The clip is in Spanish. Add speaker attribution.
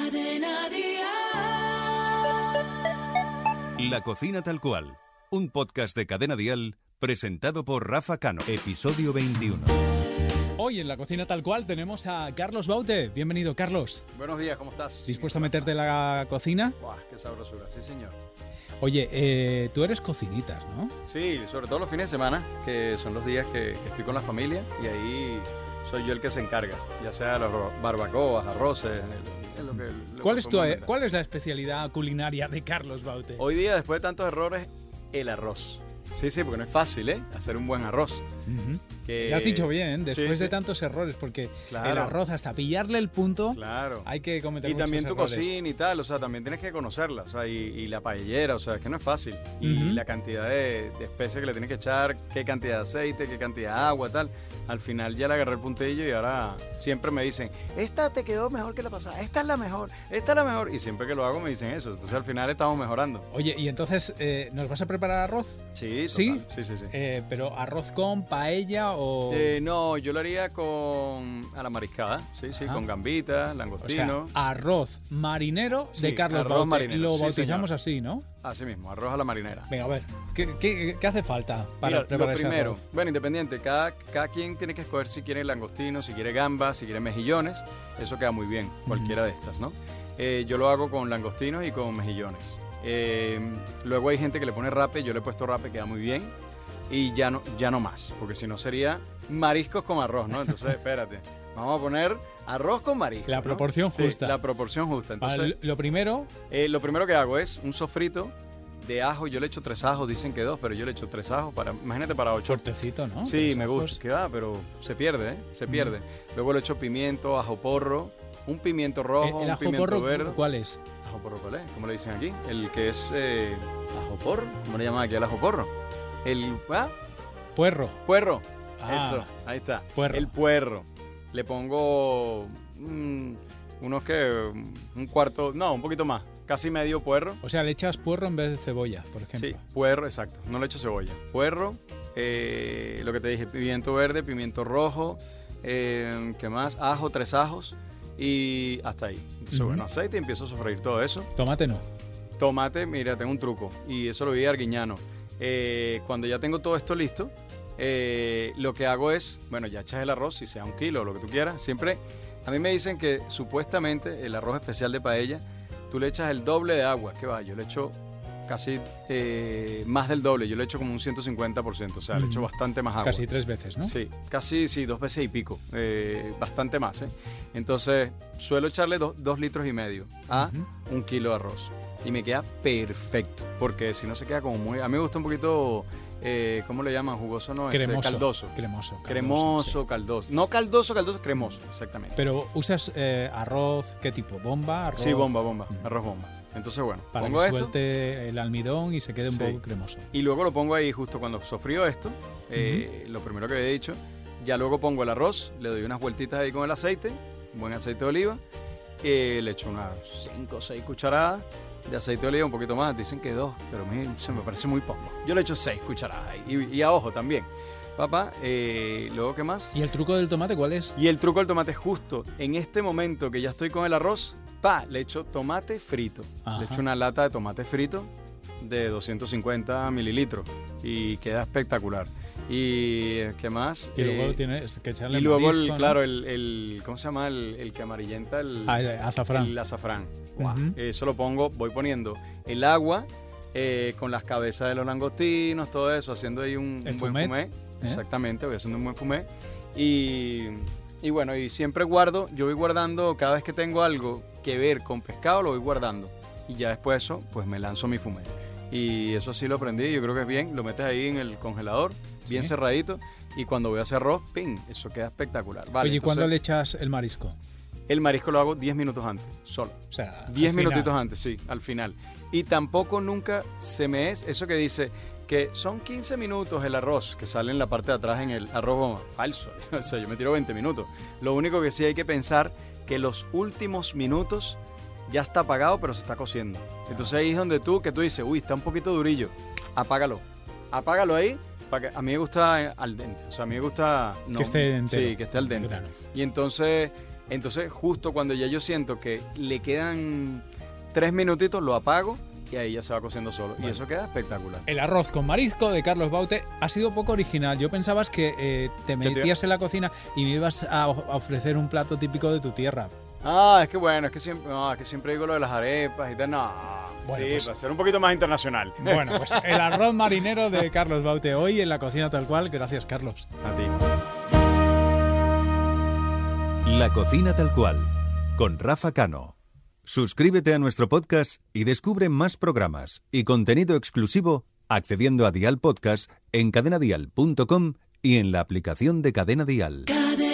Speaker 1: Cadena Dial.
Speaker 2: La cocina tal cual. Un podcast de Cadena Dial presentado por Rafa Cano. Episodio 21.
Speaker 3: Hoy en la cocina tal cual tenemos a Carlos Baute. Bienvenido, Carlos.
Speaker 4: Buenos días, ¿cómo estás?
Speaker 3: ¿Dispuesto a meterte en la cocina?
Speaker 4: Buah, qué sabrosura, sí, señor.
Speaker 3: Oye, eh, tú eres cocinitas, ¿no?
Speaker 4: Sí, sobre todo los fines de semana, que son los días que estoy con la familia y ahí soy yo el que se encarga, ya sea las barbacoas, arroces.
Speaker 3: El, el, el, lo que, ¿Cuál, es tu, ¿Cuál es la especialidad culinaria de Carlos Baute?
Speaker 4: Hoy día, después de tantos errores, el arroz. Sí, sí, porque no es fácil, ¿eh? Hacer un buen arroz.
Speaker 3: Uh -huh. que... Lo has dicho bien, después sí, sí. de tantos errores, porque claro. el arroz, hasta pillarle el punto,
Speaker 4: claro.
Speaker 3: hay que cometer
Speaker 4: Y también tu
Speaker 3: errores.
Speaker 4: cocina y tal, o sea, también tienes que conocerla, o sea, y, y la paellera, o sea, es que no es fácil. Y uh -huh. la cantidad de, de, especies que le tienes que echar, qué cantidad de aceite, qué cantidad de agua, tal. Al final ya le agarré el puntillo y ahora siempre me dicen, esta te quedó mejor que la pasada, esta es la mejor, esta es la mejor. Y siempre que lo hago me dicen eso, entonces al final estamos mejorando.
Speaker 3: Oye, ¿y entonces eh, nos vas a preparar arroz?
Speaker 4: Sí,
Speaker 3: ¿Sí?
Speaker 4: sí, sí, sí.
Speaker 3: Eh, pero arroz con paella o.
Speaker 4: Eh, no, yo lo haría con. a la mariscada. Sí, sí, Ajá. con gambitas, langostino.
Speaker 3: O sea, arroz marinero de sí, Carlos arroz Baute. Marinero, lo bautizamos así, ¿no?
Speaker 4: Así mismo, arroz a la marinera.
Speaker 3: Venga, a ver. ¿Qué, qué, qué hace falta para Mira, preparar
Speaker 4: lo primero,
Speaker 3: ese arroz?
Speaker 4: Bueno, independiente. Cada, cada quien tiene que escoger si quiere langostino, si quiere gambas, si quiere mejillones. Eso queda muy bien, cualquiera mm. de estas, ¿no? Eh, yo lo hago con langostinos y con mejillones. Eh, luego hay gente que le pone rape, yo le he puesto rape, queda muy bien. Y ya no, ya no más, porque si no sería mariscos con arroz, ¿no? Entonces, espérate. Vamos a poner arroz con mariscos.
Speaker 3: La proporción
Speaker 4: ¿no?
Speaker 3: justa.
Speaker 4: Sí, la proporción justa. Entonces,
Speaker 3: Al, lo primero.
Speaker 4: Eh, lo primero que hago es un sofrito de ajo. Yo le echo tres ajos, dicen que dos, pero yo le echo tres ajos para, imagínate, para ocho.
Speaker 3: Sortecito, ¿no?
Speaker 4: Sí, me ajos? gusta. Queda, pero se pierde, ¿eh? Se pierde. Mm. Luego le echo pimiento, ajo porro, un pimiento rojo,
Speaker 3: Eh, el, el
Speaker 4: un
Speaker 3: ajo
Speaker 4: pimiento
Speaker 3: porro,
Speaker 4: verde.
Speaker 3: ¿Cuál es?
Speaker 4: ¿Ajo porro cuál es? ¿Cómo le dicen aquí? El que es eh, ajo porro. ¿Cómo le llaman aquí al ajo porro? El. ¿ah?
Speaker 3: Puerro.
Speaker 4: Puerro. Ah, Eso, ahí está.
Speaker 3: Puerro.
Speaker 4: El puerro. Le pongo mmm, unos que. un cuarto. No, un poquito más. Casi medio puerro.
Speaker 3: O sea, le echas puerro en vez de cebolla, por ejemplo.
Speaker 4: Sí, puerro, exacto. No le echo cebolla. Puerro, eh, lo que te dije, pimiento verde, pimiento rojo, eh, ¿qué más? Ajo, tres ajos y hasta ahí. Entonces, uh -huh. bueno, aceite y empiezo a sofreír todo eso.
Speaker 3: Tomate no.
Speaker 4: Tomate, mira, tengo un truco y eso lo vi de Arguiñano. Eh, cuando ya tengo todo esto listo, eh, lo que hago es, bueno, ya echas el arroz, si sea un kilo o lo que tú quieras. Siempre, a mí me dicen que supuestamente el arroz especial de paella, tú le echas el doble de agua, que va, yo le echo casi eh, más del doble, yo le echo como un 150%, o sea, mm. le echo bastante más agua.
Speaker 3: Casi tres veces, ¿no?
Speaker 4: Sí, casi, sí, dos veces y pico, eh, bastante más, ¿eh? Entonces, suelo echarle do, dos litros y medio a uh -huh. un kilo de arroz y me queda perfecto, porque si no se queda como muy... A mí me gusta un poquito... Eh, ¿Cómo le llaman? Jugoso, no,
Speaker 3: cremoso,
Speaker 4: este, caldoso.
Speaker 3: Cremoso. Caldoso,
Speaker 4: cremoso, sí. caldoso. No caldoso, caldoso, cremoso, exactamente.
Speaker 3: Pero usas eh, arroz, ¿qué tipo? ¿Bomba? Arroz?
Speaker 4: Sí, bomba, bomba, mm. arroz bomba. Entonces, bueno,
Speaker 3: para
Speaker 4: pongo
Speaker 3: que suelte esto. el almidón y se quede un sí. poco cremoso.
Speaker 4: Y luego lo pongo ahí justo cuando sofrío esto, eh, uh -huh. lo primero que había dicho. Ya luego pongo el arroz, le doy unas vueltitas ahí con el aceite, un buen aceite de oliva. Eh, le echo unas 5 o 6 cucharadas de aceite de oliva, un poquito más. Dicen que dos, pero a mí se me parece muy poco. Yo le echo 6 cucharadas ahí, y, y a ojo también papá. Eh, Luego, ¿qué más?
Speaker 3: ¿Y el truco del tomate cuál es?
Speaker 4: Y el truco del tomate es justo. En este momento que ya estoy con el arroz, pa, le echo tomate frito. Ajá. Le echo una lata de tomate frito de 250 mililitros y queda espectacular. ¿Y qué más?
Speaker 3: Y luego eh, tienes que echarle
Speaker 4: Y luego,
Speaker 3: marisco,
Speaker 4: el,
Speaker 3: ¿no?
Speaker 4: claro, el, el, ¿Cómo se llama? El, el que amarillenta el.
Speaker 3: Ah, el azafrán.
Speaker 4: El azafrán. Wow. Uh -huh. Eso lo pongo, voy poniendo el agua eh, con las cabezas de los langostinos, todo eso, haciendo ahí un, un buen
Speaker 3: fumet.
Speaker 4: fumé. ¿Eh? Exactamente, voy haciendo un buen fumé. Y, y, bueno, y siempre guardo, yo voy guardando, cada vez que tengo algo que ver con pescado, lo voy guardando. Y ya después de eso, pues me lanzo mi fumé. Y eso sí lo aprendí, yo creo que es bien, lo metes ahí en el congelador, ¿Sí? bien cerradito, y cuando voy a hacer arroz, ¡ping! Eso queda espectacular. Vale,
Speaker 3: Oye, ¿y cuándo le echas el marisco?
Speaker 4: El marisco lo hago 10 minutos antes, solo.
Speaker 3: O sea,
Speaker 4: 10
Speaker 3: al
Speaker 4: minutitos
Speaker 3: final.
Speaker 4: antes, sí, al final. Y tampoco nunca se me es eso que dice, que son 15 minutos el arroz que sale en la parte de atrás en el arroz bomba. Falso. o sea, yo me tiro 20 minutos. Lo único que sí hay que pensar que los últimos minutos ya está apagado, pero se está cociendo. Entonces ahí es donde tú, que tú dices, uy, está un poquito durillo. Apágalo. Apágalo ahí. Para que, a mí me gusta al dente. O sea, a mí me gusta...
Speaker 3: No, que esté
Speaker 4: entero, Sí, que esté al dente. Y entonces Entonces, justo cuando ya yo siento que le quedan tres minutitos, lo apago y ahí ya se va cociendo solo. Bueno. Y eso queda espectacular.
Speaker 3: El arroz con marisco de Carlos Baute ha sido poco original. Yo pensabas que eh, te metías en la cocina y me ibas a ofrecer un plato típico de tu tierra.
Speaker 4: Ah, es que bueno, es que siempre, no, es que siempre digo lo de las arepas y tal. No, bueno, sí, pues, para ser un poquito más internacional.
Speaker 3: Bueno, pues el arroz marinero de Carlos Baute hoy en la cocina tal cual. Gracias, Carlos.
Speaker 4: A ti.
Speaker 2: La cocina tal cual, con Rafa Cano. Suscríbete a nuestro podcast y descubre más programas y contenido exclusivo accediendo a Dial Podcast en cadenadial.com y en la aplicación de Cadena Dial. Cadena.